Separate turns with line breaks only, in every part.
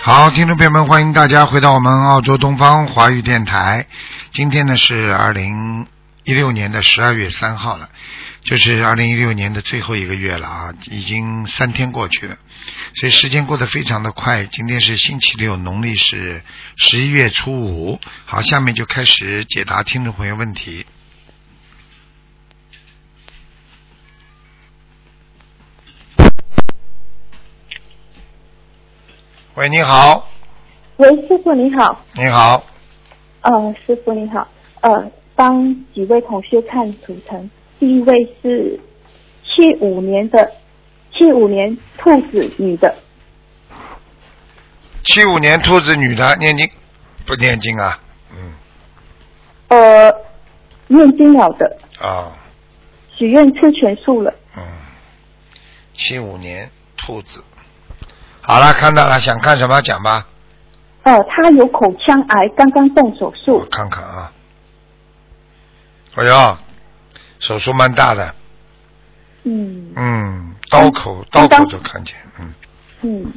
好，听众朋友们，欢迎大家回到我们澳洲东方华语电台。今天呢是二零一六年的十二月三号了，就是二零一六年的最后一个月了啊，已经三天过去了，所以时间过得非常的快。今天是星期六，农历是十一月初五。好，下面就开始解答听众朋友问题。喂，你好，
喂，师傅你好，
你好，
呃，师傅你好，呃，帮几位同学看图腾，第一位是七五年的，七五年兔子女的，
七五年兔子女的念经不念经啊？嗯，
呃，念经了的，
哦，
许愿吃全素了，
嗯，七五年兔子。好了，看到了，想看什么讲吧。
呃，她有口腔癌，刚刚动手术
我，看看啊。哎呦，手术蛮大的，
嗯
嗯，刀口刀
刚
口
刚
都看见，嗯
嗯，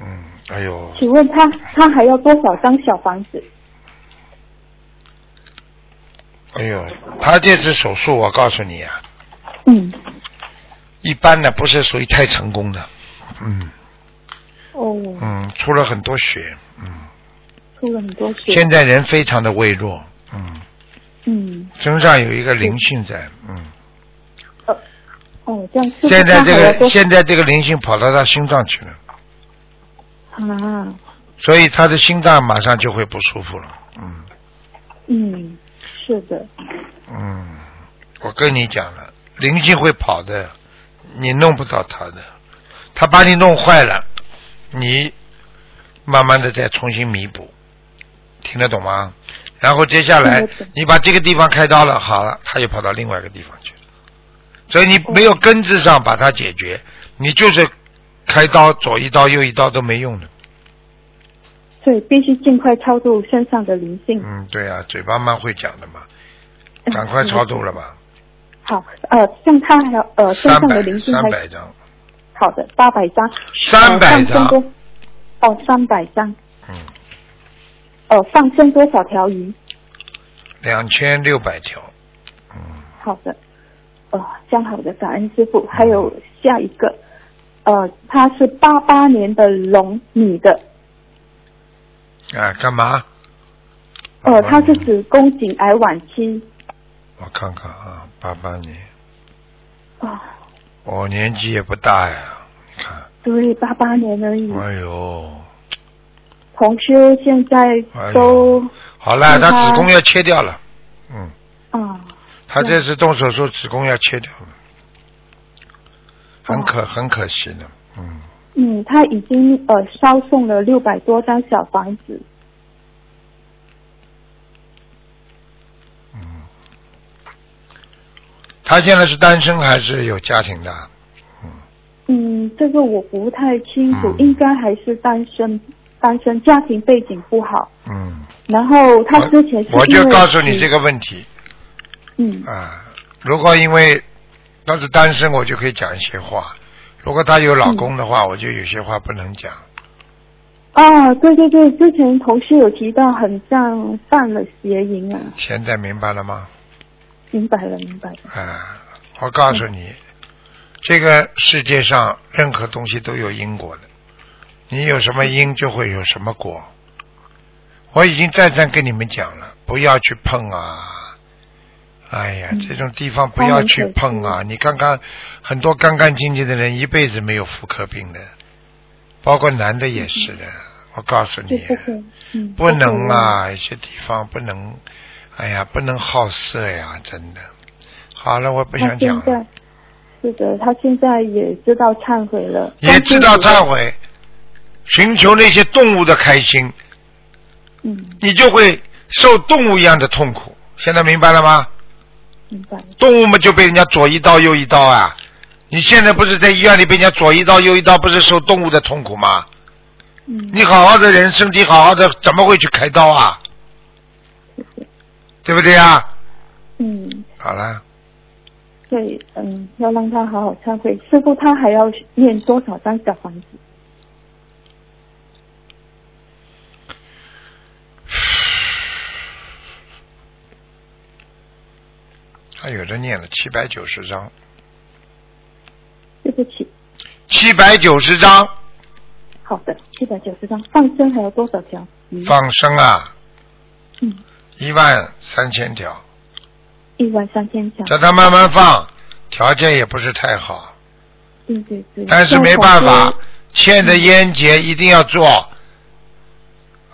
嗯，哎呦，
请问她她还要多少张小房子？
哎呦，他这次手术我告诉你啊，
嗯，
一般的不是属于太成功的，嗯
哦，
嗯，出了很多血，嗯，
出了很多血，
现在人非常的微弱，嗯，
嗯，
身上有一个灵性在，嗯，
哦，这样是不是
现在
她
这
还要
个
多
现在这个灵性跑到他心脏去了，
啊？
所以他的心脏马上就会不舒服了，嗯。
嗯，是的，
嗯，我跟你讲了，灵性会跑的，你弄不到它的，它把你弄坏了，你慢慢的再重新弥补，听得懂吗？然后接下来
听得懂
你把这个地方开刀了，好了，它又跑到另外一个地方去了，所以你没有根治上把它解决，你就是开刀左一刀右一刀都没用的。
所以必须尽快超度身上的灵性。
嗯，对啊，嘴巴蛮会讲的嘛，赶快超度
嗯。
了吧，
好，呃，像他还有呃身
三
上
百
的灵性
三
还
百张，
好的八百张，
三百
呃、放生
张，
多哦三百张，
嗯。
呃放生多少条鱼？
两千六百条，嗯，
好的，哦这样好的，感恩师傅。还有下一个，呃，她是八八年的龙女的，
啊，干嘛？
呃，她是
嗯
子宫颈癌晚期
我看看啊，八八年，
啊、
我年纪也不大呀，你看，
对，八八年而已。
哎呦，
同修现在
哎
都
呦，好了，
那嗯他
他子宫要切掉了，嗯，
啊、
他这次动手术子宫要切掉了，
哦
很可很可惜的，嗯，
嗯，他已经呃烧送了六百多张小房子，
他现在是单身还是有家庭的？
嗯，这个我不太清楚，
嗯
应该还是单身，单身家庭背景不好。
嗯，
然后他之前是
我我就
因为
告诉你这个问题，
嗯
啊，如果因为他是单身，我就可以讲一些话；如果他有
嗯
老公的话，我就有些话不能讲。
啊，对对对，之前同事有提到很像犯了邪淫啊，
现在明白了吗？
明白了明白了，
啊，我告诉
嗯
你，这个世界上任何东西都有因果的，你有什么因就会有什么果。我已经再三跟你们讲了，不要去碰啊！哎呀，
嗯
这种地方不要去碰啊！你看看很多干干净净的人，一辈子没有妇科病的，包括男的也是的。我告诉
就
你，
不可以嗯
不能，啊，有些地方不能，哎呀，不能好色呀，真的。好了，我不
不可以
想
他
讲
现
了
在。是的，他现在也知道忏悔了，
也知道忏
悔，
悔，寻求那些动物的开心，
嗯，
你就会受动物一样的痛苦。现在明白了吗？
明白了，
动物们就被人家左一刀右一刀啊！你现在不是在医院里被人家左一刀右一刀，不是受动物的痛苦吗？
嗯，
你好好的人，身体好好的，怎么会去开刀啊？对不对啊？
嗯。
好了，
对，嗯，要让他好好忏悔。师傅，他还要念多少张小房子？
他有的念了七百九十章，
对不起，
七百九十章
好的，七百九十张放生还有多少条？嗯，
放生啊，
嗯，
一万三千条，
一万三千条。
叫他慢慢放，条件也不是太好，
对对对。
但是没办法，欠的烟节一定要做，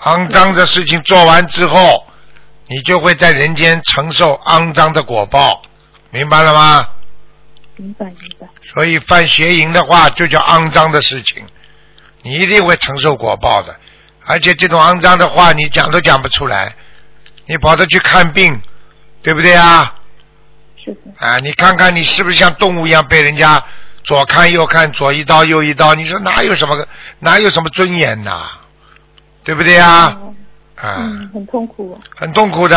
肮脏的事情做完之后，你就会在人间承受肮脏的果报，明白了吗？
明白明白，
所以犯邪淫的话，就叫肮脏的事情，你一定会承受果报的。而且这种肮脏的话，你讲都讲不出来，你跑着去看病，对不对啊？
是的，
啊，你看看你是不是像动物一样被人家左看右看，左一刀右一刀？你说哪有什么哪有什么尊严呐、对不对啊？
哦
啊，
嗯，很痛苦哦。
很痛苦的，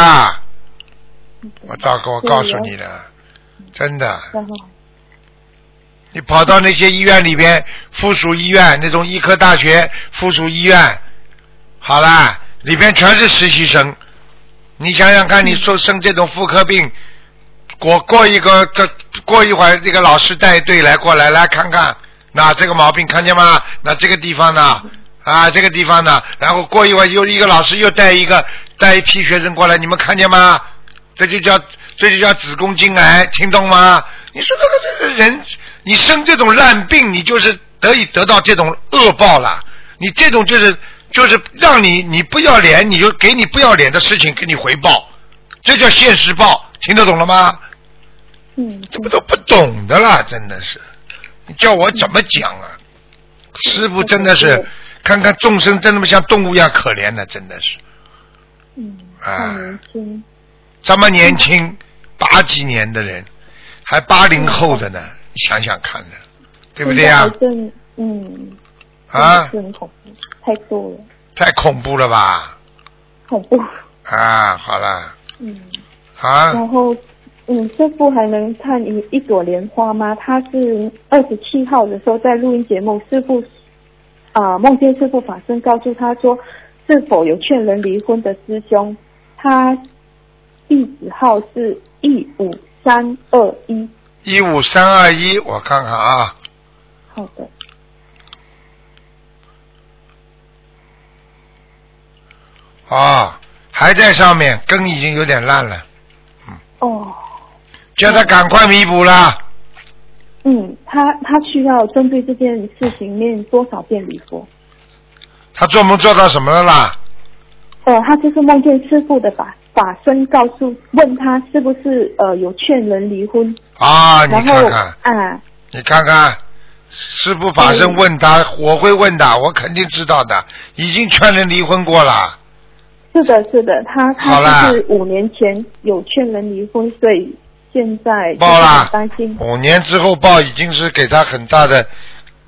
对
我照我告诉你的，真的。
然后
你跑到那些医院里边，附属医院那种医科大学附属医院，好啦，里边全是实习生。你想想看，你说生这种妇科病，过过一个这过一会儿，这个老师带队来过来来看看，那这个毛病看见吗？那这个地方呢？啊，这个地方呢？然后过一会儿又一个老师又带一个带一批学生过来，你们看见吗？这就叫这就叫子宫颈癌，听懂吗？你说这个这个人，你生这种烂病，你就是得以得到这种恶报了。你这种就是就是让你你不要脸，你就给你不要脸的事情给你回报，这叫现实报，听得懂了吗？
嗯，
这不都不懂的啦，真的是，你叫我怎么讲啊？师傅真的是
嗯，
看看众生真的像动物一样可怜的，真的是。
嗯，
啊
太年轻，
这么年轻，八几年的人，还八零后的呢，你想想看呢，对不对呀、
现在癌症，嗯，
啊？
真的是很恐怖，太多了，
太恐怖了吧？
恐怖，
啊，好了，
嗯。
啊，
然后，嗯，师傅还能看一一朵莲花吗？他是二十七号的时候在录音节目，师傅啊、梦见师傅法身告诉他说，是否有劝人离婚的师兄？他地址号是一五三二一。
一五三二一，我看看啊，
好的，
哦，还在上面，根已经有点烂了，
哦，
叫他赶快弥补啦。
嗯，他他需要针对这件事情念多少遍礼佛？
他做梦做到什么了啦？
呃，他就是梦见师傅的法法身告诉问他是不是呃有劝人离婚，
啊，你
然
看
后
看，
啊。
你看看，师傅法身问他，我会问的，我肯定知道的，已经劝人离婚过了。
是的，是的，他
好啦
他就是五年前有劝人离婚，所以现在就是
报啦
很担心。
五年之后报已经是给他很大的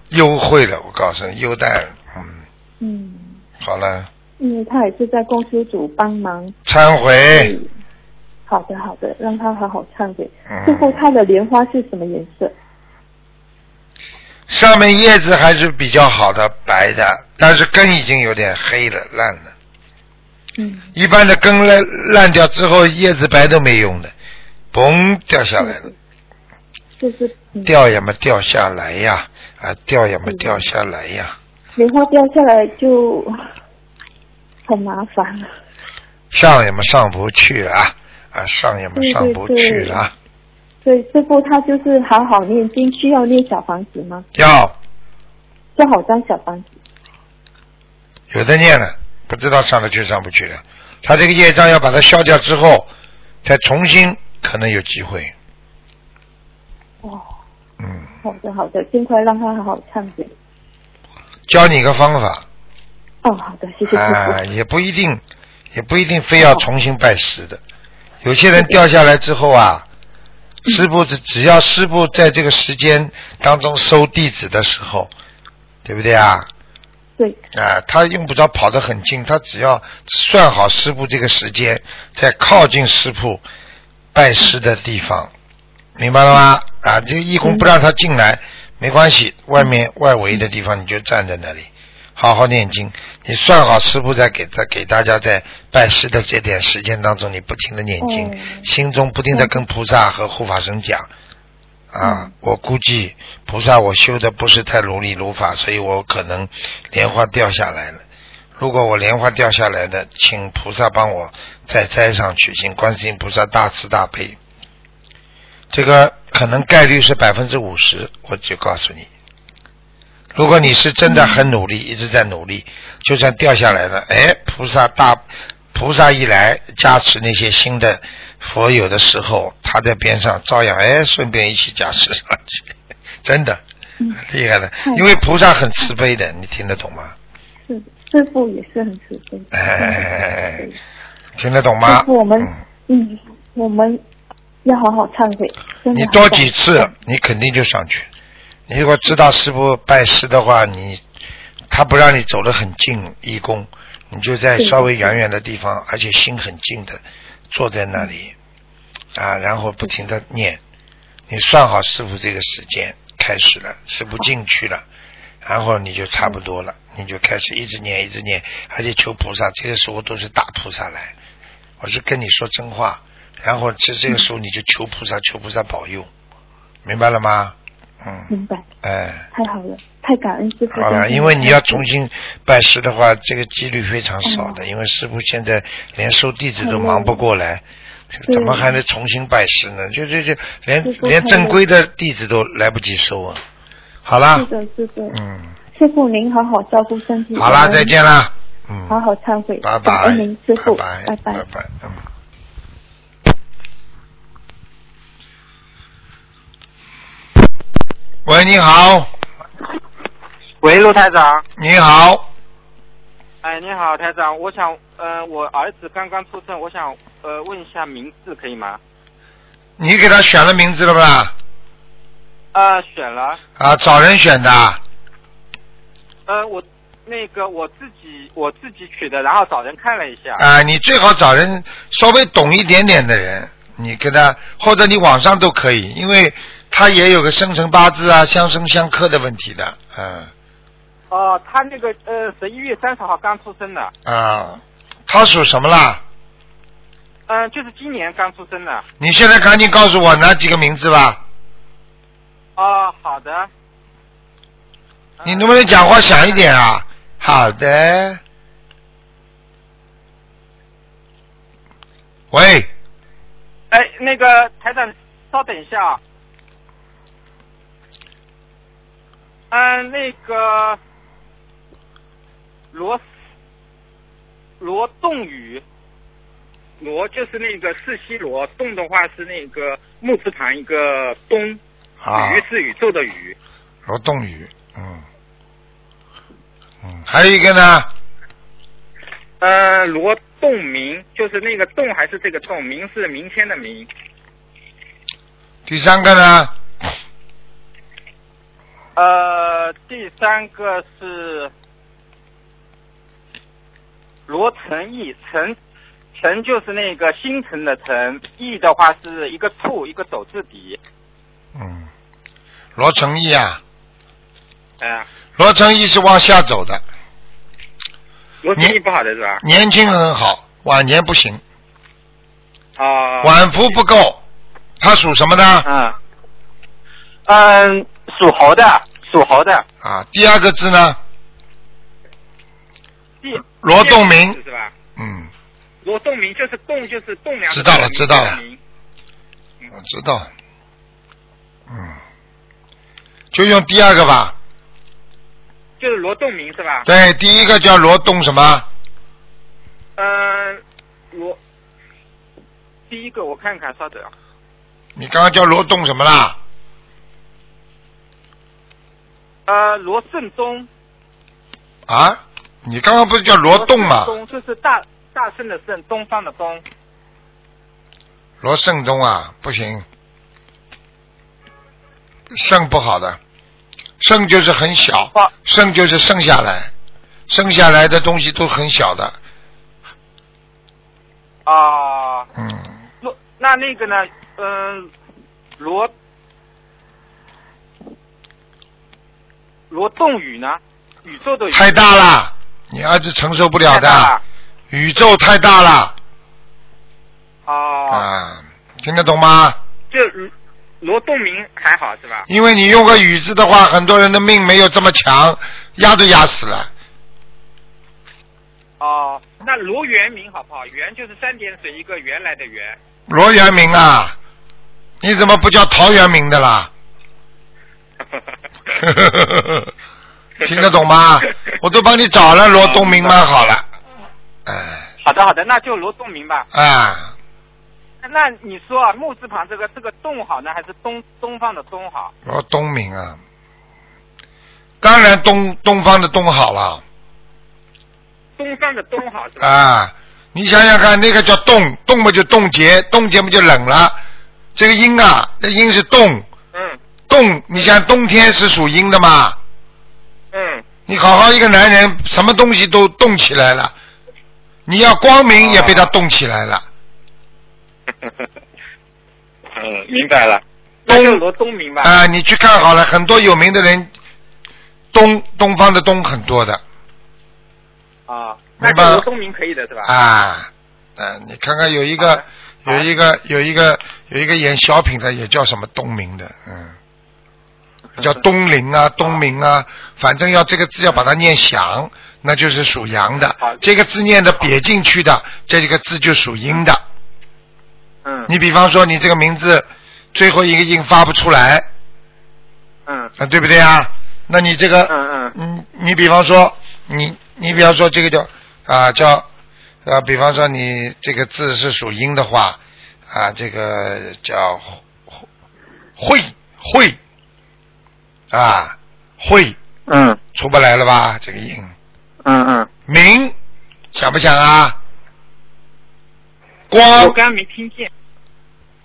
优惠了，我告诉你，优待了。嗯，
嗯
好了，
嗯，他也是在公司组帮忙。
忏悔。
嗯好的，好的，让他好好忏悔。
嗯
最后他的莲花是什么颜色？
上面叶子还是比较好的，白的，但是根已经有点黑了，烂了。
嗯，
一般的根烂烂掉之后，叶子白都没用的，嘣掉下来了，
嗯就是、嗯、
掉也没掉下来呀，啊，掉也没掉下来呀。
莲花掉下来就很麻烦了。
上也没上不去啊，啊，上也没上不去了啊。
所以师傅他就是好好念经，需要念小房子吗？
要
多好张小房子？
有的念了，不知道上得去上不去了。他这个业障要把它消掉之后，再重新可能有机会。
哦，
嗯，
好的好的，尽快让他好好忏悔。
教你一个方法
哦，好的，谢谢师
啊、
傅。
也不一定，也不一定非要重新拜师的。有些人掉下来之后啊，师傅只只要师傅在这个时间当中收弟子的时候，对不对啊？
对，
啊，他用不着跑得很近，他只要算好师傅这个时间，在靠近师傅拜师的地方，明白了吗？啊，这个义工不让他进来，没关系，外面外围的地方你就站在那里，好好念经。你算好师傅在给他给大家在拜师的这点时间当中，你不停的念经，
哦
心中不停的跟菩萨和护法神讲。啊，我估计菩萨我修的不是太如理如法，所以我可能莲花掉下来了。如果我莲花掉下来的，请菩萨帮我再摘上去，请观世音菩萨大慈大悲。这个可能概率是百分之五十，我就告诉你。如果你是真的很努力，一直在努力，就算掉下来了，哎，菩萨大菩萨一来加持那些新的佛友的时候，他在边上照样哎，顺便一起加持上去， 真的
嗯，
厉害的
嗯，
因为菩萨很慈悲的，你听得懂吗？
是师傅也是很慈悲。
哎哎哎
嗯
听得懂吗？
师傅我们
嗯
嗯，我们要好好忏悔。真的
你
好
多
感
几
动
次，你肯定就上去。你如果知道师傅拜师的话，你他不让你走得很近，义工，你就在
对
稍微远远的地方，而且心很静的坐在那里
嗯
啊，然后不停的念。你算好师傅这个时间开始了，师傅进去了，然后你就差不多了，你就开始一直念一直念，而且求菩萨，这个时候都是大菩萨来。我是跟你说真话，然后这这个时候你就求菩萨，求菩萨保佑，明白了吗？嗯，
明白，
哎，
太好了，太感恩师傅。
好了，
真的
因为你要重新拜师的话，这个几率非常少
嗯
的，因为师傅现在连收弟子都忙不过来，
对
怎么还能重新拜师呢？就这就连
师傅
连
太累
正规的弟子都来不及收啊！好
是
啦，
的，是的，
嗯，
师傅您好好照顾身体。
好啦，再。见啦，嗯，
好好忏悔，
拜
感
拜
恩您，师傅，
拜
拜
拜拜，嗯。喂，你好，
喂，陆台长。
你好，
哎，你好，台长。我想，呃，我儿子刚刚出生，我想，呃，问一下名字可以吗？
你给他选了名字了吧？
呃，选了。
啊，找人选的啊，
呃，我那个我自己我自己取的，然后找人看了一下。
啊你最好找人稍微懂一点点的人，你跟他，或者你网上都可以，因为他也有个生辰八字啊、相生相克的问题的，嗯
哦、他那个呃，十一月三十号刚出生的，
啊，他属什么啦？
嗯、就是今年刚出生的。
你现在赶紧告诉我哪几个名字吧。
哦、好的。
你能不能讲话响一点啊？好的。喂，
哎，那个台长，稍等一下啊。嗯、那个罗斯罗栋宇，罗就是那个四西罗，栋的话是那个木字旁一个东，
啊，
宇是宇宙的宇。
罗栋宇，嗯，嗯，还有一个呢，
呃，罗栋明就是那个栋还是这个栋，明是明天的明。
第三个呢，
呃，第三个是罗成义，成成就是那个星辰的辰，义的话是一个兔，一个走字底，
嗯，罗成义啊，
嗯、
罗成义是往下走的，
罗成
你
义不好的是吧？
年轻很好，晚年不行，
啊、
晚福不够，他属什么呢？
嗯，嗯，属猴的，属猴的，
啊，第二个字呢，
第
罗栋明
第二个字是吧？
嗯，
罗栋明就是栋，就是栋梁。
知道了知道了
明
我知道，嗯，就用第二个吧，
就是罗栋明是吧？
对，第一个叫罗栋什么？
嗯、罗第一个我看看，稍等啊。
你刚刚叫罗栋什么啦？
呃，罗胜东，
啊？你刚刚不是叫罗栋吗？
罗胜东就是大大圣的圣，东方的东。
罗胜东啊，不行，肾不好的，肾就是很小
哦，
肾就是剩下来，剩下来的东西都很小的，
啊、
嗯，
罗那那个呢？嗯、罗罗栋宇呢？宇宙的宇宙
太大了，你儿子承受不了
太大
的
了，
宇宙太大了
哦，
啊，听得懂吗？
就罗罗东明还好是吧？
因为你用个宇字的话，很多人的命没有这么强，压都压死了。
哦，那罗元明好不好？元就是三点水一个原来的元，
罗元明啊，你怎么不叫陶渊明的啦？听得懂吗？我都帮你找了罗东明蛮好了，哎
好的好的，那就罗东明吧。
啊，
那你说啊，木字旁这个这个东好呢，还是东东方的东好？
罗东明啊，当然东东方的东好了
东方的东好是吧？
啊。你想想看，那个叫冻，冻不就冻结，冻结不就冷了？这个阴啊，这阴是冻，
嗯
冻。你像冬天是属阴的嘛？
嗯，
你好好一个男人，什么东西都动起来了，你要光明也被他动起来了。
嗯，明白了。那就罗东明吧。
啊、你去看好了，很多有名的人，东东方的东很多的
啊，
明
那
白
就
了
罗东明可以的是吧？
啊，呃，你看看有一
好
个
的
有一个有一个有一个演小品的也叫什么东明的，嗯，叫东林啊东明啊，反正要这个字要把它念响，那就是属阳的
好，
这个字念的瘪进去的，这个字就属阴的。
嗯
你比方说你这个名字最后一个音发不出来，
嗯
啊，对不对啊？那你这个，
嗯嗯
嗯，你比方说你你比方说这个叫啊叫啊，比方说你这个字是属阴的话啊，这个叫会会啊会
嗯
出不来了吧？这个音
嗯嗯，
明想不想啊？
我
光
嗯刚刚没听见。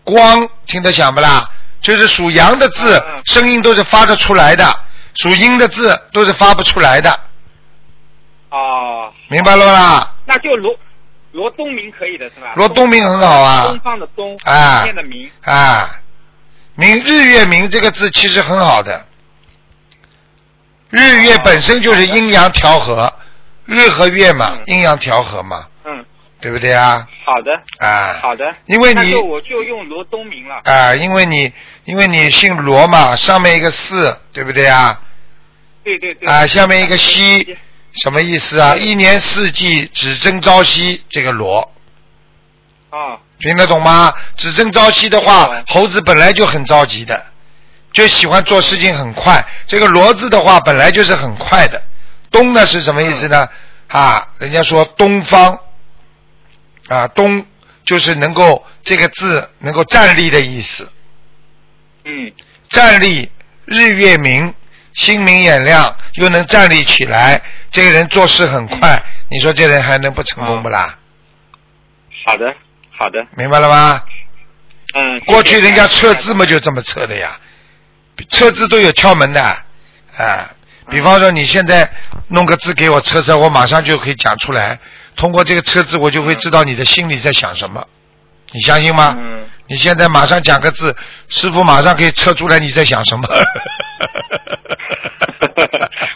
光听得响不啦？就是属阳的字
嗯嗯，
声音都是发得出来的；属阴的字都是发不出来的，
哦，
明白了啦？
那就罗罗东明可以的是吧？
罗东明很好啊
东方的东，
啊
明天的明。
啊，明日月明这个字其实很好的，日月
哦
本身就是阴阳调和，日和月嘛
嗯，
阴阳调和嘛，
嗯，
对不对啊？
好的
啊，
好的。
因为
那
你
就我就用罗东明了。
啊，因为你因为你姓罗嘛，上面一个四，对不对啊？
对对对。
啊，下面一个西，什么意思啊？
嗯
一年四季只争朝夕，这个罗
啊
听得懂吗？只争朝夕的话
嗯，
猴子本来就很着急的，就喜欢做事情很快。这个罗字的话，本来就是很快的。东呢是什么意思呢？啊，人家说东方，啊东就是能够这个字能够站立的意思。
嗯
站立，日月明，星明眼亮，又能站立起来，这个人做事很快，你说这人还能不成功不啦？
好的好的
明白了吗？
嗯。谢谢
过去人家测字嘛，就这么测的呀，测字都有窍门的，啊，比方说你现在弄个字给我测测，我马上就可以讲出来，通过这个测字，我就会知道你的心里在想什么，你相信吗？
嗯
你现在马上讲个字，师傅马上可以测出来你在想什么。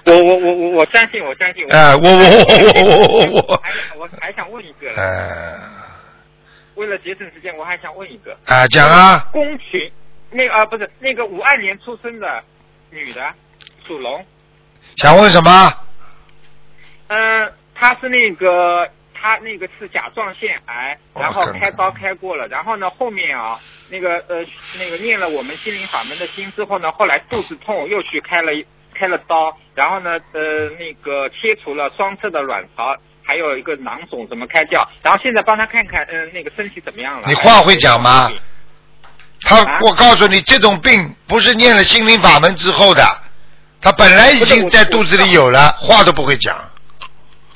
我我我我我相信我相信我。
哎，我我我我我我我
还，想我还想问一个了，
呃，
为了节省时间，我还想问一个，
啊，讲啊，
宫廷那个啊不是那个五二年出生的女的，属龙，
想问什么？
嗯、她是那个她那个是甲状腺癌，
哦
然后
看看
开刀开过了，然后呢后面啊那个呃那个念了我们心灵法门的经之后呢，后来肚子痛又去开了一开了刀，然后呢呃那个切除了双侧的卵巢。还有一个囊肿怎么开掉？然后现在帮她看看，嗯、那个身体怎么样了？
你话会讲吗他
啊，
我告诉你，这种病不是念了心灵法门之后的，他本来已
不是
经
我
在
我
肚子
知道
里有了，话都不会讲。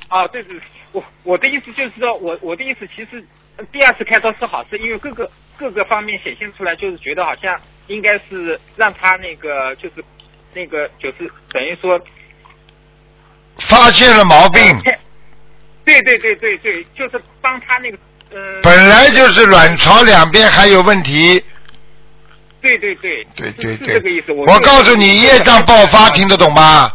啊，对对，对我我的意思就是说，我我的意思其实呃第二次开刀是好事，因为各个各个方面显现出来，就是觉得好像应该是让他那个就是那个就是等于说
发现了毛病，
呃对对对对对，就是帮他那个嗯、呃，
本来就是卵巢两边还有问题。
对对对
对
是
对
是这个意
对
思。，啊
我告诉你，业障爆发，听得懂吗？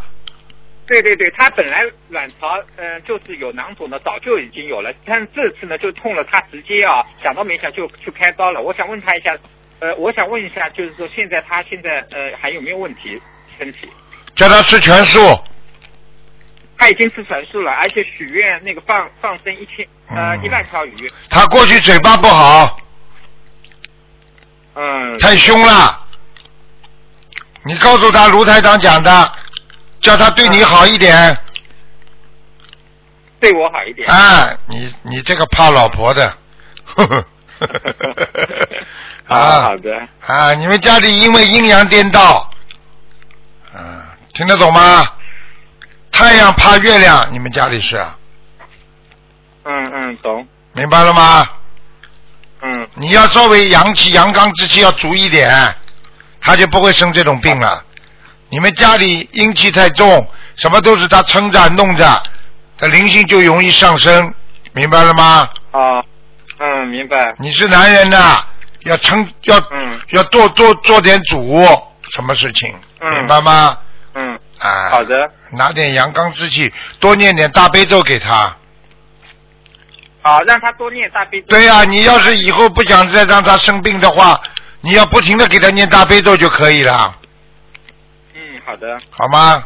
对对对，他本来卵巢嗯、呃就是有囊肿的，早就已经有了，但是这次呢就痛了，他直接啊想都没想就去开刀了。我想问他一下，呃，我想问一下，就是说现在他现在呃还有没有问题身体？
叫他吃全素，
他已经吃全素了，而且许愿那个放放生一千呃
嗯
一万条鱼，
他过去嘴巴不好，
嗯，
太凶了。你告诉他卢台长讲的，叫他对
啊
你好一点。
对我好一点。
哎，你你这个怕老婆 的， 呵呵呵呵呵
啊，
啊
好的，
啊！你们家里因为阴阳颠倒，嗯、听得懂吗？太阳怕月亮，你们家里是啊
嗯嗯，懂，
明白了吗？
嗯
你要稍微阳气、阳刚之气要足一点，他就不会生这种病了。你们家里阴气太重，什么都是他撑着弄着，他灵性就容易上升，明白了吗？
啊，嗯，明白，
你是男人呐，要撑要
嗯
要做做做点主，什么事情，
嗯
明白吗？
嗯，
啊，
好，的，
拿点阳刚之气，多念点大悲咒给他。
好，让他多念大悲咒。
对呀、你要是以后不想再让他生病的话，你要不停的给他念大悲咒就可以了，
嗯，好的，
好吗？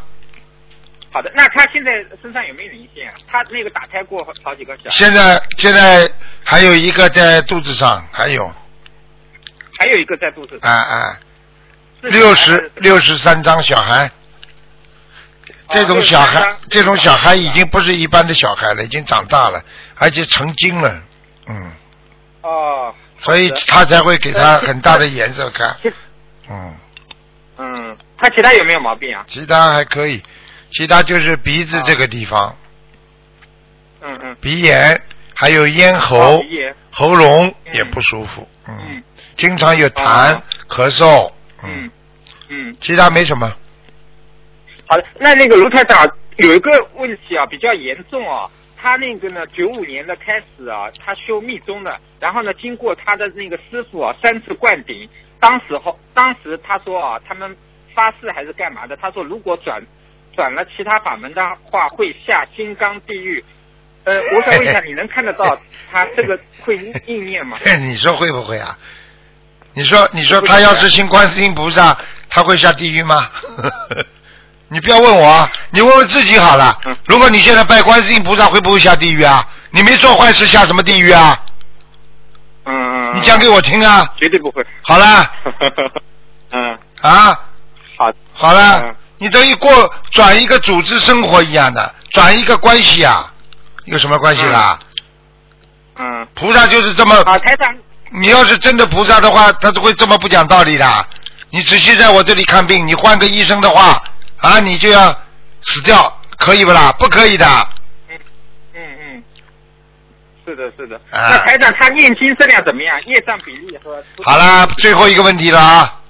好的。那他现在身上有没有灵性啊？他那个打胎过好好几个小孩，
现在现在还有一个在肚子上，还有，
还有一个在肚子上。
啊啊，
是小
六
孩
十
还是哦
六十三张小孩，这
啊
种小孩、
63
这种小孩已经不是一般的小孩了，已经长大了，而且成精了，嗯，
哦，
所以
好的
他才会给他很大的颜色看，嗯，
嗯，他其他有没有毛病啊？
其他还可以，其他就是鼻子这个地方、
嗯嗯。
鼻炎，还有咽
哦
喉、
鼻炎
喉咙也
嗯
不舒服，嗯，
嗯
经常有痰、
哦
咳嗽，
嗯嗯，
其他没什么。
好的。那那个卢台长有一个问题啊，比较严重啊。他那个呢，九五年的开始啊，他修密宗的，然后呢，经过他的那个师傅啊三次灌顶，当时后，当时他说啊，他们发誓还是干嘛的？他说如果转转了其他法门的话，会下金刚地狱。呃，我想问一下，你能看得到他这个会应验 吗？
哎你说会不会啊？你说，你说他要是信观世音菩萨，他会下地狱吗？ 你不要问我啊，你问问自己好了
嗯。
如果你现在拜观世音菩萨，会不会下地狱啊？你没做坏事，下什么地狱啊？
嗯，
你讲给我听啊！
绝对不会。
好了
嗯，
啊，
好，
好了
嗯，
你等于过转一个组织生活一样的，转一个关系啊，有什么关系啦？
嗯，
菩萨就是这么
啊，台长，
你要是真的菩萨的话，他都会这么不讲道理的。你只需在我这里看病，你换个医生的话，啊，你就要死掉，可以不啦？不可以的。
嗯嗯，是的，是的。
啊
那台长他念经质量怎么样？业障比例和
好啦，最后一个问题了啊。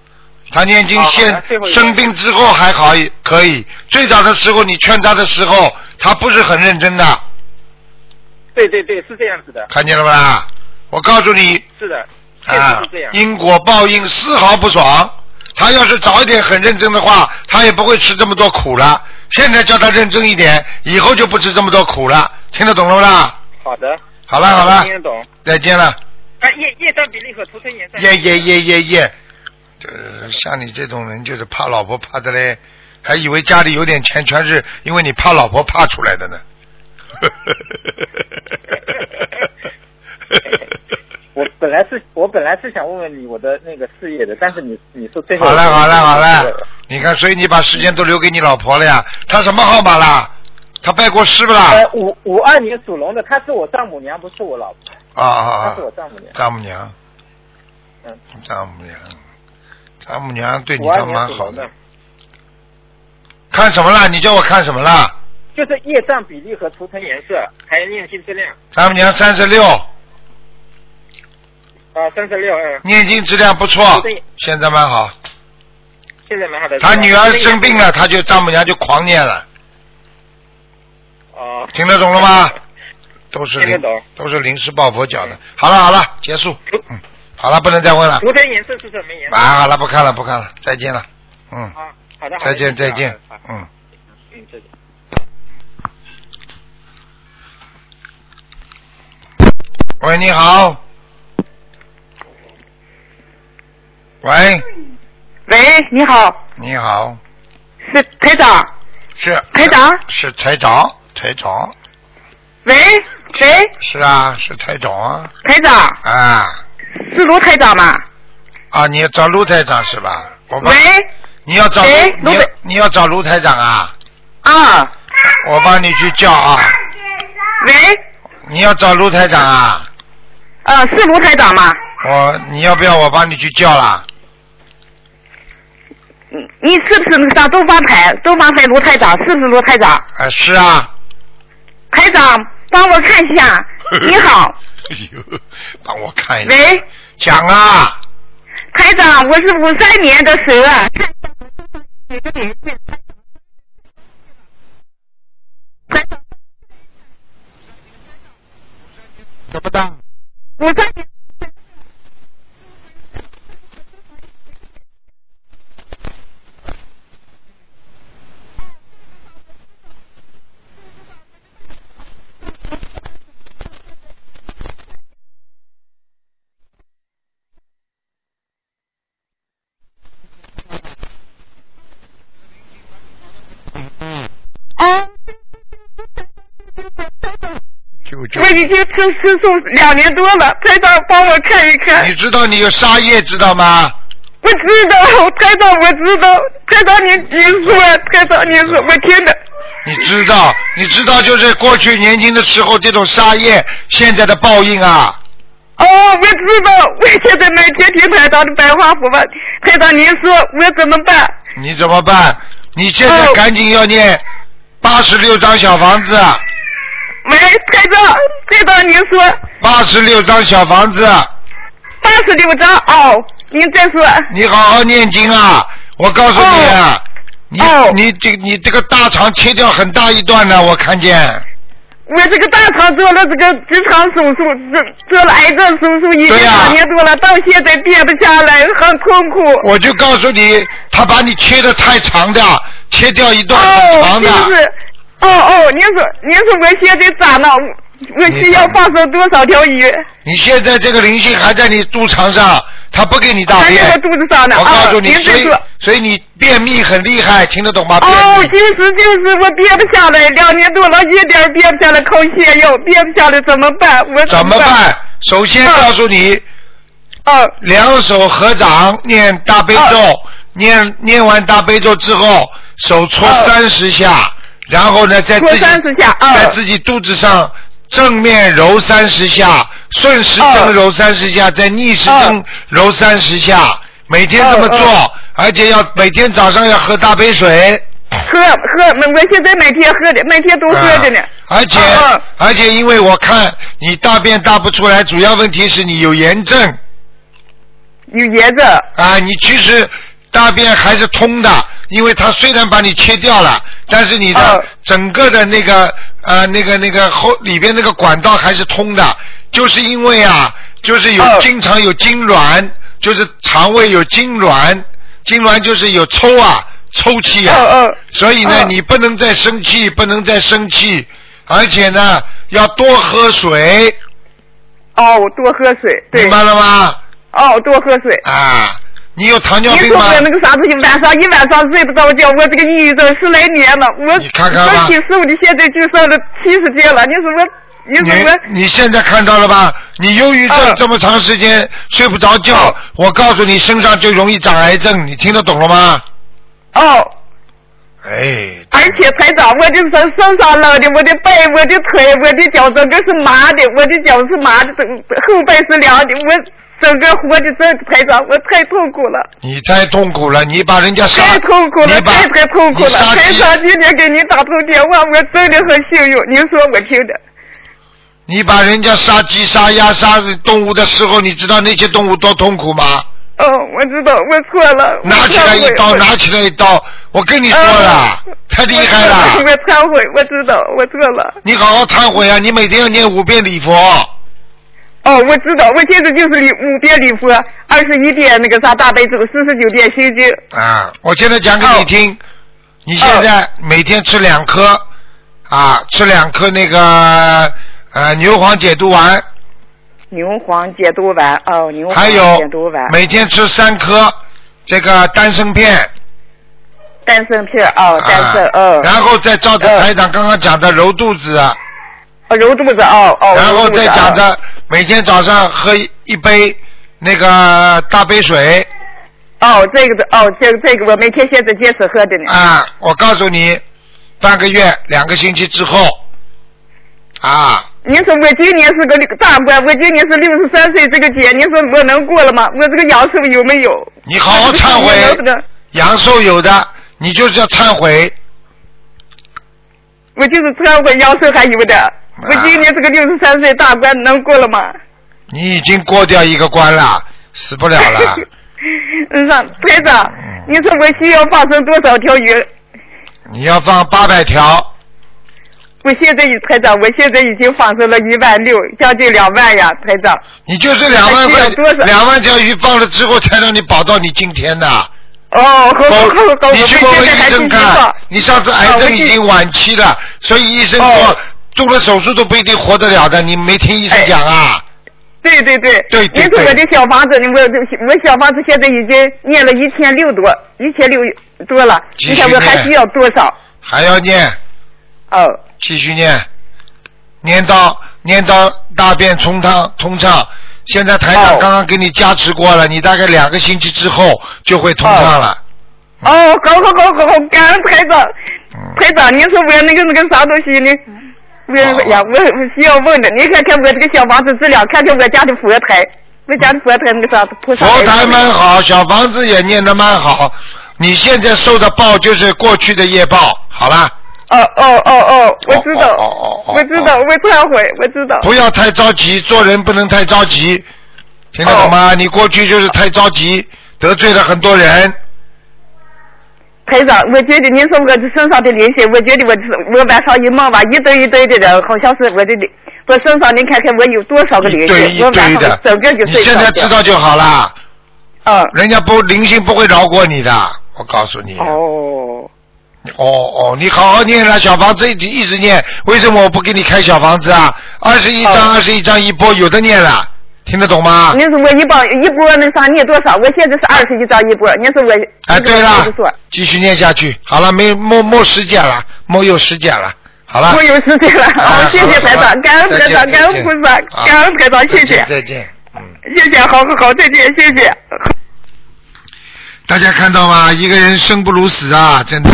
他念经
好好的
现
最后一个
生病之后还好可以，最早的时候你劝他的时候，他不是很认真的，
对对对，是这样子的，
看见了吧？我告诉你
是的，确
啊
实是这样。，
因果报应丝毫不爽。他要是早一点很认真的话，他也不会吃这么多苦了。现在叫他认真一点，以后就不吃这么多苦了。听得懂了不啦？
好的，
好了好了
听，得懂。
再见了。
那业业障比例和图层颜色。
耶耶耶耶耶！呃，像你这种人就是怕老婆怕的嘞，还以为家里有点钱全是因为你怕老婆怕出来的呢。
我本来是我本来是想问问你我的那个事业的，但是你你说最后
好了好了好
嗯
了，你看，所以你把时间都留给你老婆了呀？她什么号码啦？她拜过师不啦？
呃，五五二年属龙的，她是我丈母娘，不是我老婆，
啊啊
呃她
啊
是！我丈母娘。
丈母娘，
嗯，
丈母娘，丈母娘对你
五二
倒
年
蛮
属
好
龙的，
看什么啦？你叫我看什么啦？
就是业障比例和图层颜色，还有念经质量。
丈母娘三十六，
啊，三十六，嗯，
念经质量不错，现在蛮好。
现在蛮好的。
她女儿生病了，她就丈母娘就狂念了，
哦，
听得懂了吗？都是
听得
临
懂
都是临时抱佛脚的。好了好了，结束。嗯，好了，不能再问了。
图层颜色是什么颜色？
啊啊，好了，不看了，不看了，再见了。嗯，
啊，好的，好
再
的
见，再见
好的好的。
嗯。
嗯，再见。
喂，你好。喂，
喂，你好，
你好，
是台长。
是
台长
是台长，台长
喂，喂，
是啊，是台长啊，
台长，
啊
是卢台长吗？
啊，你要找卢台长是吧？我帮
喂，
你要找
喂
卢你
卢
要
台
你要找卢台长啊，
啊，
我帮你去叫啊，
喂，
你要找卢台长啊，
呃，是卢台长吗？
我你要不要我帮你去叫啦？
你你是不是上东方台？东方台卢台长是不是卢台长？
啊，是啊。
台长，帮我看一 下。你好，
哎呦，帮我看一下。
喂，
讲啊，
台长，我是五三年的蛇。啊
怎么的？
五三年，
就就
我，已经吃吃素两年多了。台长，帮我看一看。
你知道你有沙叶知道吗？
我知道，台长，我知道，台长您您说，台长您说，我听的。
你知道，你知道就是过去年轻的时候这种沙叶现在的报应啊。
哦，我知道，我现在每天听台长的白话佛法。台长，您说我怎么办？
你怎么办？你现在
哦
赶紧要念八十六张小房子，
喂，台长，台长，您说
八十六张小房子，
八十六张哦，您再说。
你好好念经啊！我告诉你啊，你、
哦
你这你这个大肠切掉很大一段呢，我看见。
我这个大肠做了这个直肠手术，做做了癌症手术已经
对呀
两年多了，到现在变不下来，很痛苦。
我就告诉你，他把你切的太长的，切掉一段很
哦，
长
就
的。
是，哦哦，您说您说我现在咋了？我我需要放生多少条鱼？
你现在这个灵性还在你肚肠上，他不给你大
还
便。
在我肚子上呢。
我告诉你，
啊、您
所
再
以
说。
所以你便秘很厉害，听得懂吗？便
哦，
秘。
就是就是，我憋不下来，两年多了，一点儿憋不下来，靠泻药，憋不下来怎么办？我
怎么办？？首先告诉你，
哦
两手合掌念大悲咒，念念完大悲咒之后，手搓
嗯
三十下，然后呢，在自己
搓30下嗯
在自己肚子上正面揉三十下，顺时针
嗯
揉三十下，再逆时针
嗯
揉三十下，每天这么
嗯嗯
做，而且要每天早上要喝大杯水。
喝喝，我现在每天喝的，每天都喝着呢。
啊而且、
嗯
而且，因为我看你大便大不出来，主要问题是你有炎症
有炎症。
啊，你其实大便还是通的，因为它虽然把你切掉了，但是你的、
嗯
整个的那个呃那个那个后里边那个管道还是通的，就是因为啊，就是有、
嗯
经常有痉挛，就是肠胃有痉挛，痉挛就是有抽啊抽气啊。
嗯嗯。
所以呢，
嗯
你不能再生气，不能再生气，而且呢，要多喝水，
哦，我多喝水，对
明。白了吗？
哦，多喝水。
啊，你有糖尿
您
病
说
吗？
我那个啥东西，晚上一晚上睡不着觉，我这个抑郁症十来年了，我
你看看吧
身体瘦的现在就剩了七十斤了。你说我，你说我，
你你现在看到了吧？你忧郁症
嗯
这么长时间睡不着觉，
啊
我告诉你，身上就容易长癌症，你听得懂了吗？
哦，
哎，
而且台长，我的身身上冷的，我的背、我的腿、我的脚整个是麻的，我的脚是麻的，整后背是凉的，我整个活的真台长，我太痛苦了，
你太痛苦了，你把人家杀，
太痛苦
你
了，
把
太太痛苦
你杀
了。台
鸡
长，今天给你打通电话，我真的很幸运，您说我听的。
你把人家杀鸡、杀鸭、杀动物的时候，你知道那些动物多痛苦吗？
哦，我知道，我错了。
拿起来一刀，
我忏悔
拿起来一刀，我跟你说了，
嗯
太厉害了
我！忏悔，我知道，我错了。
你好好忏悔啊！你每天要念五遍礼佛，
哦，我知道，我现在就是礼五遍礼佛，二十一遍那个啥大悲咒，四十九遍心经。
啊！我现在讲给你听，你现在每天吃两颗，啊，吃两颗那个呃牛黄解毒丸，
牛黄解毒丸哦，牛黄
还有
解毒丸，
每天吃三颗这个丹参片，
丹参片哦，丹参
啊
哦，
然后再照着台长刚刚讲的揉肚子，
哦揉肚子哦哦，
然后
揉肚
再
子
讲
哦
着每天早上喝一一杯那个大杯水
哦，这个哦，这个这个我每天现在坚持喝的呢。
啊，我告诉你，半个月两个星期之后啊，
您说我今年是个六大伯，我今年是六十三岁这个节，您说我能过了吗？我这个阳寿有没有？
你好好忏
我能不
悔，
能？
阳寿有的你就是要忏悔。
我就是忏悔，阳寿还有的。我今年这个六十三岁大关能过了吗？
你已经过掉一个关了，死不了 了。
嗯，让台长
嗯，
您说我需要放生多少条鱼？
你要放八百条，
我现在已台长，我现在已经放生了一万六，将近两万呀，台长。
你就是两万
还需要多少
块，两万条鱼放了之后，才让你保到你今天的。
哦，好好好好，
你
我
去问
现
问
在还
医
继续
生看
放，。啊
你上次癌症已经晚期了，所以医生说
哦
做了手术都不一定活得了的。你没听医生讲啊？
哎对对对，
对对
您说
对
我的小房子，我我小房子现在已经念了一千六多，一千六多了，
继
你
续
看我还
念
需要多少？
还要念，
哦，
继续念，念到念到大便通畅通畅。现在台长
哦
刚刚给你加持过了，你大概两个星期之后就会通畅了。
哦，好好好好好，感恩台长，
嗯
台长，您说我那个那个啥东西呢？我
好
我呀，我我需要问的，您看看我这个小房子质量，看看我家的佛台，我家的佛台那个啥菩萨。
佛台蛮好，小房子也念得蛮好。你现在受的报就是过去的业报，好啦，
哦哦哦哦，我知道，
哦哦哦哦哦
我知道，我忏悔，我知道。
不要太着急，做人不能太着急，听得懂
哦
吗？你过去就是太着急，得罪了很多人。
台长，我觉得您说我这身上的灵性，我觉得我这我晚上一梦吧，一堆一堆的人，好像是我的灵，我身上您看看我有多少个
一
灵
堆
性，
一
我晚
堆
上
的
整个，就
你
睡不
现
着
在
觉
知道就好啦，
嗯，
人家不灵性不会饶过你的，我告诉你。
哦，
哦哦，你好好念了，小房子一直一直念，为什么我不给你开小房子啊？二十一
哦
张，二十一张一波，有的念了，听得懂吗？
您说我一包一波那啥，你多少？我现在是二十一张一波，您说我
哎，对
了
了，，继续念下去。好了，没没没时间了，没有时间了。好了，
我有时间了，
哎
好，谢谢台
好
长，
了
感恩台
再
长，
见
感
再见
恩菩萨，
啊
感恩台长，谢
再
谢
见，再见。嗯，
谢谢，好好好，再见，谢谢。
大家看到吗？一个人生不如死啊，真的，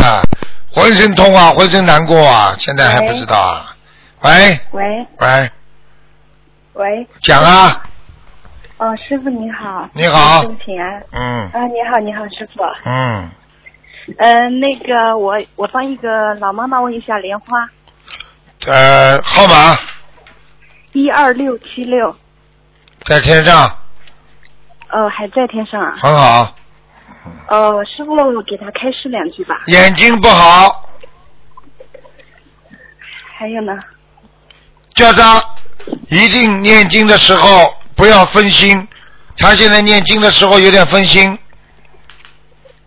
浑身痛啊，浑身难过啊，现在还不知道啊。喂
喂
喂，
喂，
讲啊，
哦，师傅你好，
你好
师傅请安
嗯
啊，你好你好师傅，
嗯，
嗯、
呃
那个我我帮一个老妈妈问一下莲花
呃，号码
一二六七六，
在天上，
呃，还在天上啊，
很好，
呃，师傅我给她开示两句吧，
眼睛不好，
还有呢，
叫他一定念经的时候不要分心。他现在念经的时候有点分心，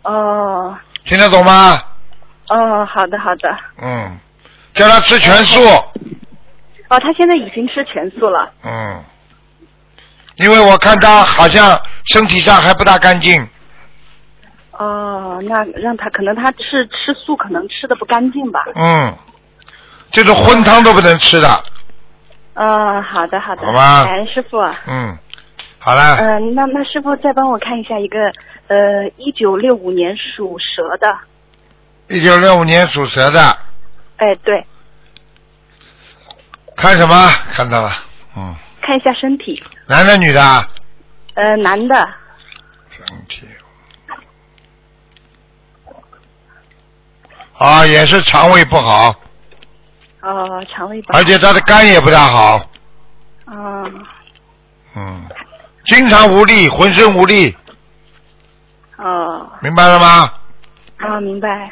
哦
听得懂吗？
哦，好的好的，
嗯，叫他吃全素，
哦，她现在已经吃全素了，
嗯，因为我看他好像身体上还不大干净，
哦，那让她可能她是吃素，可能吃的不干净吧，
嗯，这种荤汤都不能吃的，
嗯、好的好的，
好吧
感恩师傅，啊
嗯，好了，
嗯、那那师傅再帮我看一下一个呃，一九六五年属蛇的，
一九六五年属蛇的，
哎，对，
看什么？看到了，嗯，
看一下身体，
男的女的啊？
呃，男的，
身体，啊，也是肠胃不好，
哦，肠胃不好
而，且他的肝也不大好，
嗯，
嗯，经常无力，浑身无力，
哦，
明白了吗？
啊，明白，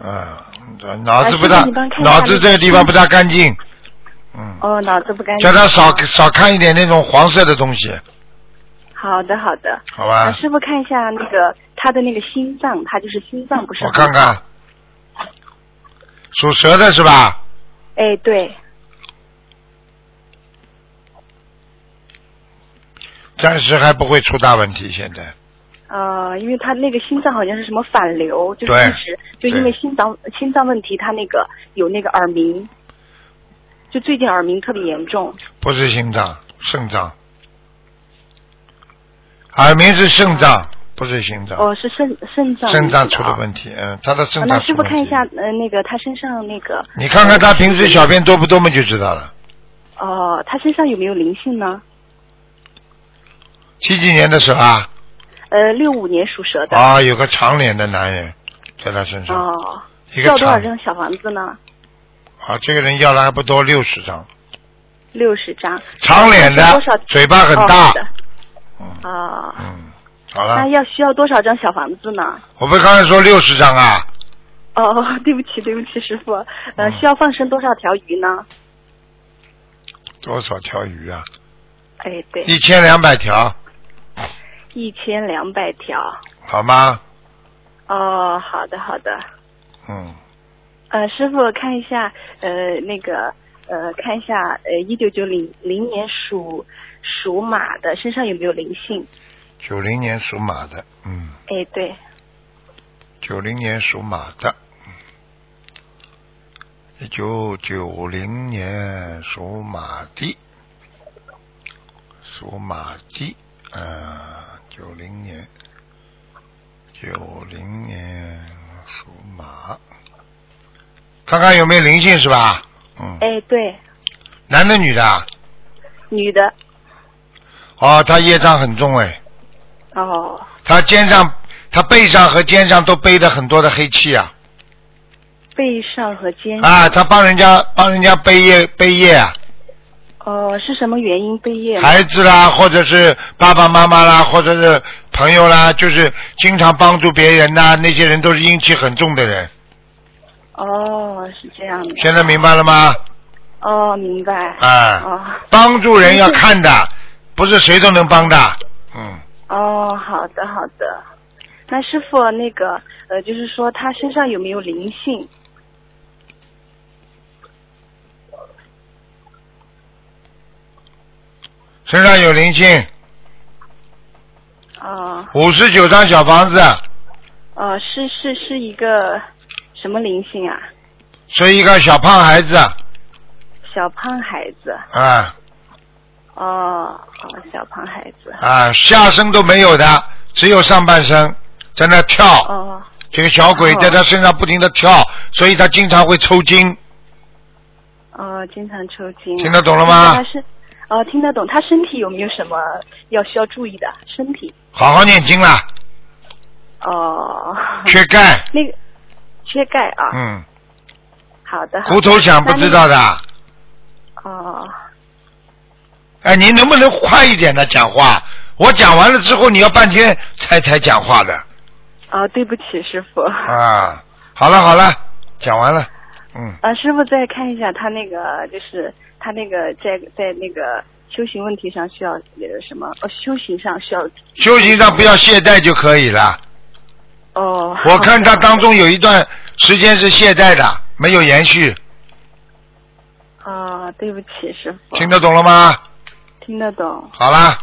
嗯，脑子不大
啊师傅你帮，看一下
脑子这个地方不大干净。嗯，
哦，脑子不干净，
叫他少少看一点那种黄色的东西，
好的，好的，
好
啊，
吧？
师傅看一下那个他的那个心脏，他就是心脏不是，
我看，看，属蛇的是吧？
哎，对，
暂时还不会出大问题，现在
呃，因为他那个心脏好像是什么反流，就是
对
一直就因为
对
心脏心脏问题，他那个有那个耳鸣，就最近耳鸣特别严重。
不是心脏，肾脏，耳鸣是肾脏，不是心脏，
哦，是肾肾脏
啊肾脏出
了
了问题，嗯，他的
哦
肾
啊那
脏
师
出
傅
问
看一
题
下，。呃，那个他身上那个
你看看他平时小便多不多嘛，就知道了。
哦，他身上有没有灵性呢？
七几年的时候啊，
呃，六五年属蛇的。
啊，有个长脸的男人在他身上，
哦，
一
要
个
多少
长
张小房子呢？
啊，这个人要了还不多，六十张，
六十张。
长脸
要多少
的，嘴巴很
哦
大
好，的哎
嗯
哦，
嗯，好了
那，要需要多少张小房子呢？
我不是刚才说六十张啊，
哦， 对不起，对不起，师傅，呃
嗯，
需要放生多少条鱼呢？
多少条鱼啊？
哎，对，
一千两百条，
一千两百条。
好吗？
哦，好的，好的。
嗯，
呃，师傅看一下，呃，那个，呃，看一下，呃，一九九零零年属属马的身上有没有灵性？
九零年属马的，嗯，
哎，对，
九零年属马的，一九九零年属马的，属马的，呃，九零年，九零年属马，看看有没有灵性是吧？嗯，
哎，对，
男的女的啊？
女的。
哦，他业障很重哎，
哦，
他肩上、他背上和肩上都背着很多的黑气啊
背上和肩上。
啊！他帮人家帮人家背业背业啊，
哦，是什么原因背业吗？
孩子啦，或者是爸爸妈妈啦，或者是朋友啦，就是经常帮助别人呐、那些人都是阴气很重的人。
哦，是这样的。
现在明白了吗？
哦，明白。
啊，
哦
帮助人要看的，不是谁都能帮的。嗯，
哦，好的好的。那师傅，那个呃，就是说他身上有没有灵性？
身上有灵性，
哦
五十九张小房子，
哦，是是是一个什么灵性啊？
是一个小胖孩子
小胖孩子。
啊。
哦哦，小胖孩子。
啊，下身都没有的，只有上半身在那跳。
哦
这个小鬼
哦
在他身上不停的跳，所以他经常会抽筋。
哦，经常抽筋。
听得懂了吗
他是哦，听得懂。他身体有没有什么要需要注意的？身体
好好念经啦，
哦，
缺钙，
那个缺钙啊。
嗯，
好的。好
骨头响不知道的。
的哦。
哎，您能不能快一点的讲话？我讲完了之后，你要半天才才讲话的
啊，对不起，师傅。
啊！好了好了，讲完了，嗯，
啊，师傅再看一下他那个，就是他那个在在那个修行问题上需要呃什么？哦，修行上需要
修行上不要懈怠就可以了。
哦。
我看他当中有一段时间是懈怠的，没有延续，
啊，对不起，师傅。
听得懂了吗？
听得懂。
好啦，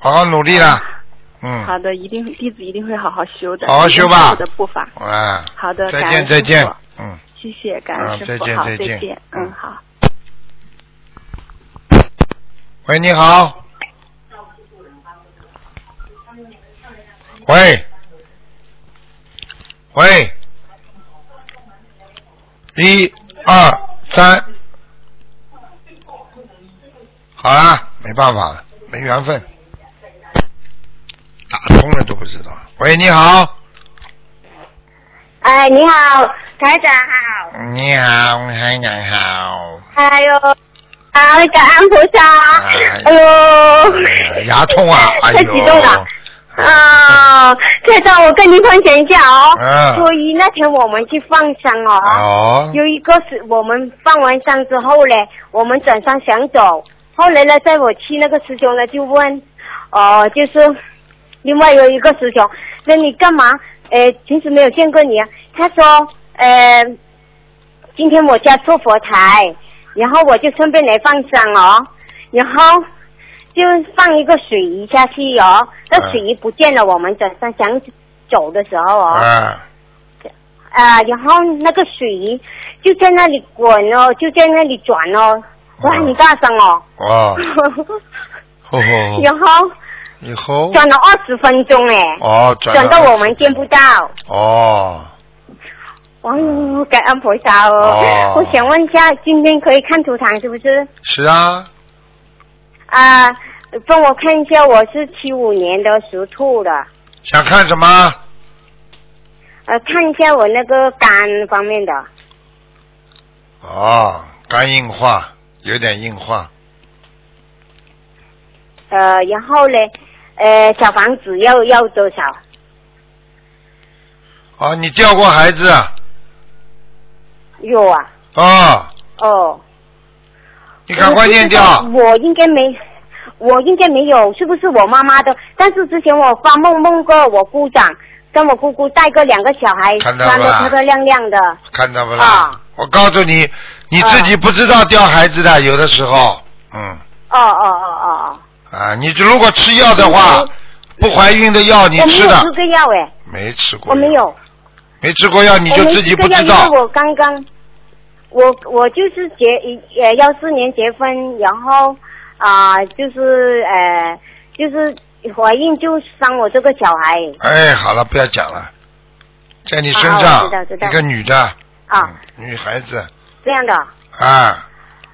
好好努力啦，嗯，
好的，一定会弟子一定会好好修的。
好好修吧
我的步伐。
哎，
好的，
再
感
见
恩
再
师
见
傅，
嗯。
谢谢，感
啊
恩师
再
傅，
见
好，
再
再
见
见，
嗯
嗯，好。
喂，你好。喂，喂，一、二、三，好啦，没办法了，没缘分，打通了都不知道。喂，你好，
哎，你好，台长好。
你好，海南 好，
哎呦，啊，感恩菩萨
哎。哎
哎
呀哎
呦，
牙痛 啊，哎呦，
太激动了。啊，台长，我跟您分享一下哦。
嗯
所以那天我们去放生哦。
哦，
有一个是我们放完生之后嘞，我们转身想走，后来呢，在我去那个师兄呢就问，哦、就是另外有一个师兄，那你干嘛？呃，平时没有见过你啊。他说，呃，今天我家做佛台，然后我就顺便来放生哦，然后就放一个水鱼下去哦，那
嗯
水鱼不见了，我们转身想走的时候哦，
啊，
啊，然后那个水鱼就在那里滚哦，就在那里转哦，我很大声哦，
嗯哦，吼吼，
然后
以后
转了二十分钟哎，
哦，转
转到我们见不到，
哦，
哇，感恩菩萨哦
哦
我想问一下，今天可以看图腾是不是？
是啊，
啊，帮我看一下，我是七五年的属兔的，
想看什么？
呃，看一下我那个肝方面的，
哦，肝硬化，有点硬化，
呃，然后嘞，呃，小房子要要多少？
哦，你掉过孩子啊？
有啊，
哦，
哦。
你赶快念掉
我不知道我应该没，我应该没有，是不是我妈妈的？但是之前我发梦梦过我姑丈跟我姑姑带个两个小孩，
看
穿
到
的
吧
漂漂亮亮的。
看到不啦？
啊
我告诉你，你自己不知道掉孩子的，有的时候，嗯，
哦哦哦哦
啊，你如果吃药的话，不怀孕的药你
哦，我没
吃
有
的
吃过药哎，
没吃过，
我没，有，
没吃过药你就
我没
自己
吃
不
过药
知
因
道
为，我刚刚，我我就是结呃幺四年结婚，然后啊、就是呃就是怀孕就生我这个小孩
哎，好了，不要讲了，在你身
啊
上
我知道知道
一个女的，
啊，
嗯，女孩子
这样的。
啊，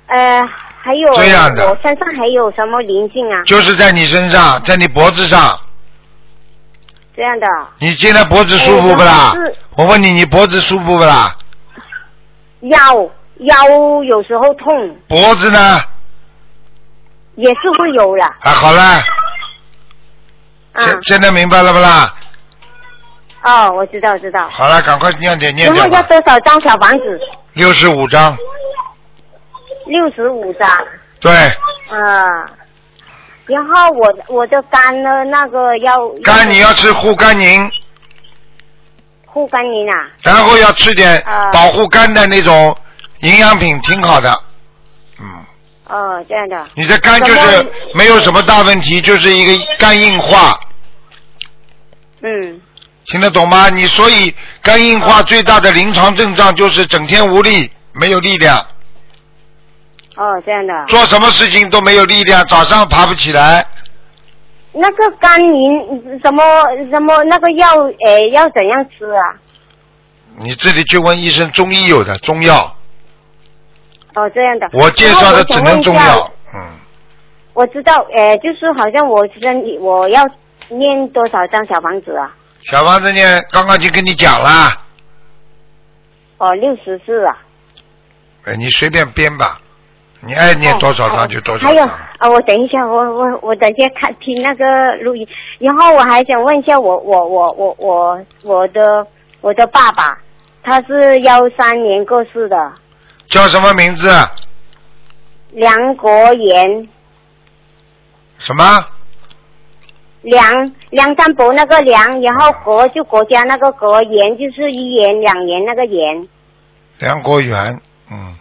呃，还有
这样的
我身上还有什么灵性啊？
就是在你身上，在你脖子上，
这样的，
你现在脖子舒服不啦
哎我脖子？
我问你，你脖子舒服不啦？
腰腰有时候痛，
脖子呢？
也是会有的。
啊，好了，
啊，
现现在明白了不啦？
嗯哦，我知道知道。
好了，赶快念点念
然后
掉
要
吧。
多少张小房子？
六十五章，
六十五张。
对，
啊，然后我的我的肝呢，那个要
肝你要吃护肝宁，
护肝炎啊。
然后要吃点
啊
保护肝的那种营养品，挺好的。嗯，
哦，这样的。
你的肝就
什么
是没有什么大问题，就是一个肝硬化，
嗯，
听得懂吗？你所以肝硬化最大的临床症状就是整天无力，没有力量，
哦，这样的。
做什么事情都没有力量，早上爬不起来。
那个肝炎什么什么那个药，诶，要怎样吃啊？
你自己去问医生，中医有的中药，
哦，这样的。
我介绍的只能中
然后我想问一下
药。嗯，
我知道，呃，就是好像我身体我要念多少张小房子啊？
小房子呢，刚刚已经跟你讲了，
哦，六十四啊。
哎，你随便编吧，你爱念多少
哦
张就多少
还有
张。
啊，我等一下，我我我等一下看听那个录音，然后我还想问一下我我我我我我的我的爸爸，他是幺三年过世的，
叫什么名字？
梁国炎，
什么？
梁梁山伯那个梁，然后国就国家那个国，炎就是一言两言那个言，
梁国元。嗯，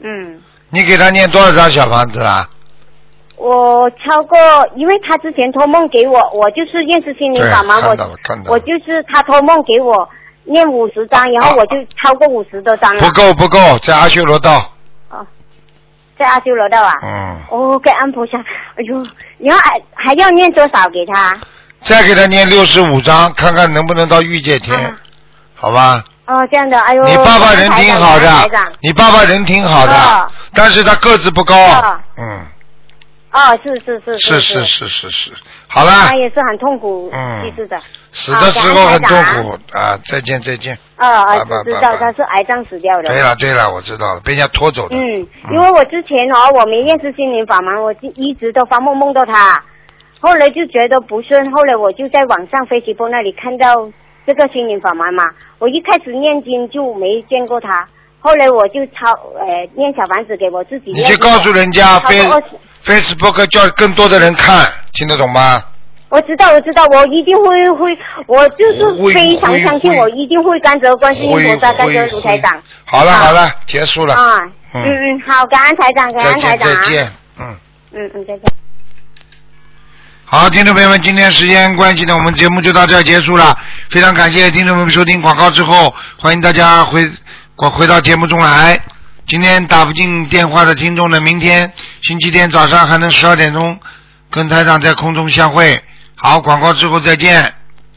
嗯。
你给他念多少张小房子啊？
我超过，因为他之前托梦给我，我就是认识心灵法门，
对看到了
我
看到了啊
我就是他托梦给我念五十张，然后我就超过五十多张了
不。够不够，在阿修罗道。
哦，在阿修罗道啊。
嗯，
哦，给安菩萨，哎呦，然后还还要念多少给他？
再给他念六十五张，看看能不能到御界天，
啊
好吧？
哦，这样的，哎呦。
你爸爸人挺好
台长
的，你爸爸人挺好的
哦，
但是他个子不高
哦。
嗯，
哦，是是是
是
是
是是是是，好啦
他，也是很痛苦
嗯
去世的。
死的时候很
好
痛
感恩
苦啊！再见再见。
哦哦
拜拜，
知
拜
道
拜
他是癌症死掉的。
对了对了，我知道了，被人家拖走的。
嗯，因为我之前哦，我没认识心灵法门，我就一直都发梦梦到他，后来就觉得不顺，后来我就在网上飞机波那里看到这个心灵法门嘛，我一开始念经就没见过他，后来我就抄呃念小房子给我自己
你
念，哦
去告诉人家
超过
Face
二十
Facebook 叫更多的人看，听得懂吗？
我知道，我知道，我一定会会，我就是
会
非常
会
相信，
会
我一定会甘蔗观世音
会
菩萨，甘蔗
会
卢台长。
好了
啊嗯
好了，结束了，嗯
啊，嗯嗯，好，感恩台长，感
再
恩台
见
长啊
再，见，嗯。
嗯嗯，再见。
好，听众朋友们，今天时间关系呢，我们节目就到这儿结束了。非常感谢听众朋友们收听广告之后，欢迎大家回回回到节目中来。今天打不进电话的听众呢，明天星期天早上还能十二点钟跟台长在空中相会。好，广告之后再见。